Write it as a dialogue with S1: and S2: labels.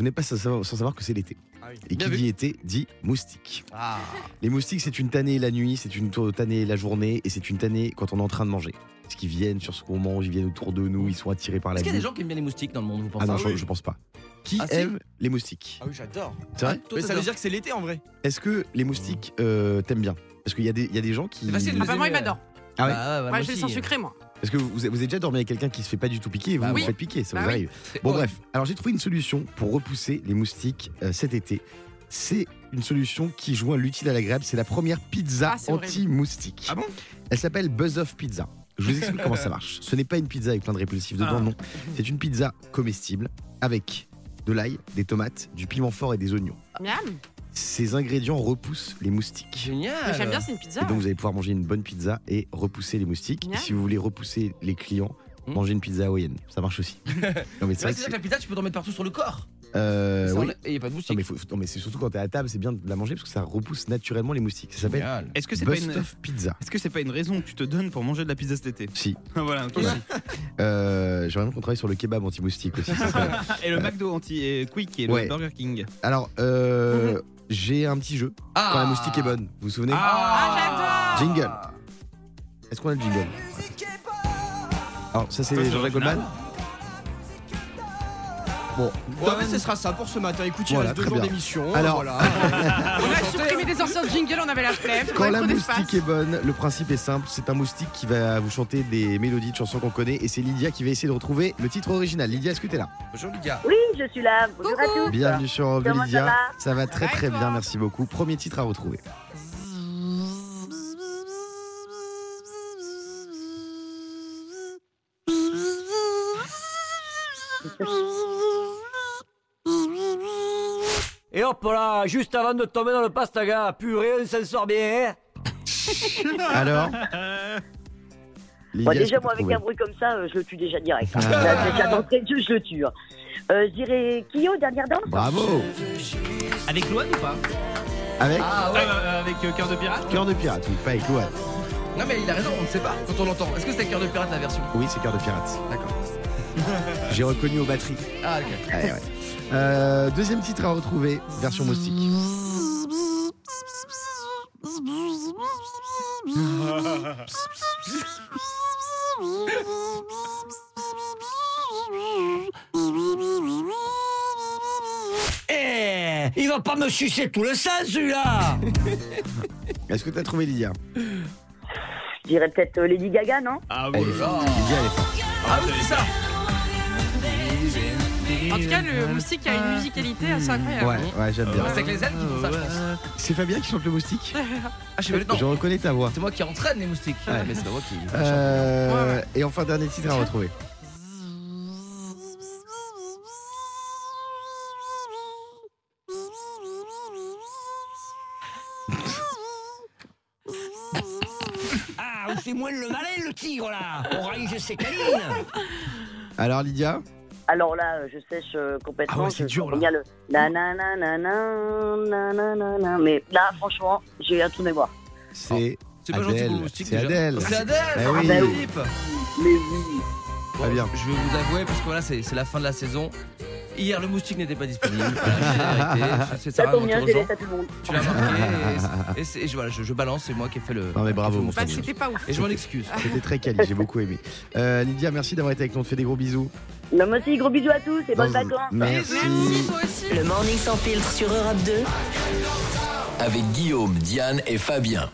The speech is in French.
S1: Vous n'êtes pas sans savoir, sans savoir que c'est l'été.
S2: Ah
S1: Et
S3: Bien
S1: qui
S3: vu.
S1: dit été dit moustique.
S3: Ah,
S1: Les moustiques, c'est une tannée la nuit, c'est une to- tannée la journée et c'est une tannée quand on est en train de manger. Parce qu'ils viennent sur ce qu'on mange, ils viennent autour de nous, ils sont attirés par la
S3: est-ce qu'il y a
S1: vue.
S3: des gens qui aiment bien les moustiques dans le monde, vous
S1: Ah
S3: pensez
S1: non,
S2: Ah
S1: je,
S2: oui.
S1: je pense pas. Qui
S3: Ah, si. ah,
S1: aime les moustiques
S2: Ah oui, j'adore.
S1: C'est vrai
S3: Toi,
S2: Mais ça
S3: t'adores.
S2: veut dire que c'est l'été en vrai.
S1: Est-ce que les moustiques euh, t'aiment bien Parce qu'il y, a des- il y a des gens qui.
S3: C'est facile de
S4: Ah
S3: les
S4: bah moi, il
S3: aimez,
S4: m'adore.
S1: Ah ouais.
S3: Bah ouais,
S4: Moi, euh.
S3: moi
S4: j'ai le
S3: aussi.
S4: sang sucré, moi.
S1: Est-ce que vous, vous avez déjà dormi avec quelqu'un qui se fait pas du tout piquer et vous
S3: Bah
S1: vous
S3: oui.
S1: faites piquer Ça
S4: Bah
S1: vous
S4: oui.
S1: arrive
S3: C'est
S1: Bon,
S3: horrible.
S1: bref. Alors, j'ai trouvé une solution pour repousser les moustiques euh, cet été. C'est une solution qui joint l'utile à l'agréable. C'est la première pizza
S4: Ah, c'est horrible.
S1: anti-moustique.
S2: Ah bon
S1: Elle s'appelle Buzz Off Pizza. Je vous explique comment ça marche. Ce n'est pas une pizza avec plein de répulsifs dedans,
S2: Ah.
S1: non. C'est une pizza comestible avec de l'ail, des tomates, du piment fort et des oignons.
S4: Miam.
S1: Ces ingrédients repoussent les moustiques.
S3: Génial.
S4: Mais J'aime bien, c'est une pizza.
S1: Et donc vous allez pouvoir manger une bonne pizza et repousser les moustiques. Et
S4: Miam.
S1: si vous voulez repousser les clients,
S3: Hmm.
S1: mangez une pizza hawaïenne. Ça marche aussi. non mais
S3: C'est vrai que c'est ça que la pizza, tu peux t'en mettre partout sur le corps.
S1: Euh,
S3: Ça, on
S1: oui.
S3: l'a- Et il n'y a pas de
S1: Non mais,
S3: moustique.
S1: faut- non, mais c'est surtout quand t'es à table, c'est bien de la manger parce que ça repousse naturellement les moustiques. Ça s'appelle
S3: Génial.
S2: Est-ce que c'est pas
S1: Bust
S2: une.
S1: of Pizza.
S2: Est-ce que c'est pas une raison que tu te donnes pour manger de la pizza cet été
S1: Si.
S2: Voilà, toi
S1: Ouais.
S2: aussi.
S1: Euh, J'aimerais bien qu'on travaille sur le kebab anti-moustique aussi. ça serait-
S2: Et le McDo anti et Quick et
S1: Ouais.
S2: le Burger King.
S1: Alors, euh, j'ai un petit jeu.
S3: Ah.
S1: Quand la moustique est bonne, vous vous souvenez
S4: Ah,
S1: j'adore Jingle. Est-ce qu'on a le jingle
S2: Ah.
S1: Alors, ça c'est
S2: Ça, c'est
S1: Jean-Jacques Goldman. Bon,
S2: Ouais, mais ce sera ça pour ce matin. Écoute, il
S1: Voilà,
S2: reste deux
S1: très
S2: jours
S1: bien.
S2: d'émission.
S1: Alors-
S2: voilà.
S4: On a supprimé des anciens jingles, on avait la flemme.
S1: Quand
S4: on a
S1: la
S4: trop d'espace.
S1: moustique est bonne, le principe est simple, c'est un moustique qui va vous chanter des mélodies de chansons qu'on connaît et c'est Lydia qui va essayer de retrouver le titre original. Lydia, est-ce que t'es là
S2: Bonjour les gars.
S5: Oui, je suis là. Bonjour à tous.
S1: Bienvenue sur Europe de
S5: Comment ça
S1: Lydia.
S5: va
S1: Ça va très
S4: va et
S1: très
S4: toi
S1: bien, merci beaucoup. Premier titre à retrouver.
S6: Et hop là, juste avant de tomber dans le pastaga, purée, on s'en sort bien. hein
S1: Alors
S5: Bon,
S1: Lydia, est-ce
S5: déjà,
S1: que
S5: moi,
S1: t'as
S5: avec
S1: trouvé
S5: un bruit comme ça, euh, je le tue déjà direct. hein.
S1: Ah.
S5: Là, déjà, d'entrée de jeu, je le tue. hein. Euh, je dirais Kyo, dernière danse
S1: Bravo
S3: Avec Loane ou pas
S1: Avec
S3: Ah ouais.
S2: Euh, avec euh, cœur de pirate.
S1: Cœur de pirate, oui, pas avec Loane.
S3: Non mais il a raison, on ne sait pas quand on l'entend. Est-ce que c'était Cœur de Pirate la version
S1: Oui, c'est Cœur de pirate.
S3: D'accord.
S1: J'ai reconnu aux batteries.
S3: Ah ok.
S1: Ouais, ouais. Euh, deuxième titre à retrouver, version moustique.
S6: Eh, il va pas me sucer tout le sang, celui-là
S1: Est-ce que t'as trouvé Lydia
S5: Je dirais peut-être euh, Lady Gaga, non
S2: Ah
S1: Elle est forte. Lydia, elle est forte.
S3: Ah oui c'est ça
S4: En tout cas, le moustique a une musicalité assez incroyable.
S1: Ouais, ouais, j'aime bien.
S3: C'est avec les ailes qui font ça je pense.
S1: C'est Fabien qui chante le moustique
S3: Ah je suis non,
S1: Je reconnais ta voix.
S3: c'est moi qui entraîne les moustiques. Ah,
S1: Ouais.
S3: mais c'est pas moi qui.
S1: Euh, Et enfin, dernier titre à retrouver.
S6: Ah, on fait moins le malin, le tigre, là On raille ses canines
S1: Alors, Lydia
S5: Alors là, euh, je sèche euh, complètement.
S1: Ah ouais, c'est
S5: je-
S1: dur, là.
S5: Il y a le nanana, nanana, nanana. Mais là, franchement, j'ai un trou de mémoire.
S1: C'est
S2: Oh, C'est pas gentil pour le
S1: Adèle.
S2: moustique
S1: C'est
S2: déjà.
S1: Adèle.
S3: C'est Adèle
S1: Bah oui.
S3: c'est Philippe.
S5: Mais oui.
S3: Bon,
S1: Très bien.
S3: Je vais vous avouer parce que voilà c'est c'est la fin de la saison. Hier le moustique n'était pas disponible. Voilà, j'ai arrêté. C'est
S5: Ça
S3: Sarah,
S5: tombe
S3: mon
S5: bien,
S3: tour
S5: j'ai
S3: aux
S5: laissé
S3: gens.
S5: à tout le monde.
S3: Tu l'as marqué et, et c'est- et je, voilà, je, je balance, c'est moi qui ai fait le.
S1: Non, mais bravo, mon
S4: Bah,
S1: Fabien.
S4: c'était pas ouf.
S3: Et je m'en excuse.
S1: C'était très quali, j'ai beaucoup aimé. Euh, Lydia, merci d'avoir été avec nous. On te fait des gros bisous.
S5: Non, moi aussi, gros bisous à tous et bonnes
S1: Dans-
S5: vacances.
S1: Merci.
S4: Merci, toi aussi.
S7: Le Morning Sans Filtre sur Europe 2.
S8: avec Guillaume, Diane et Fabien.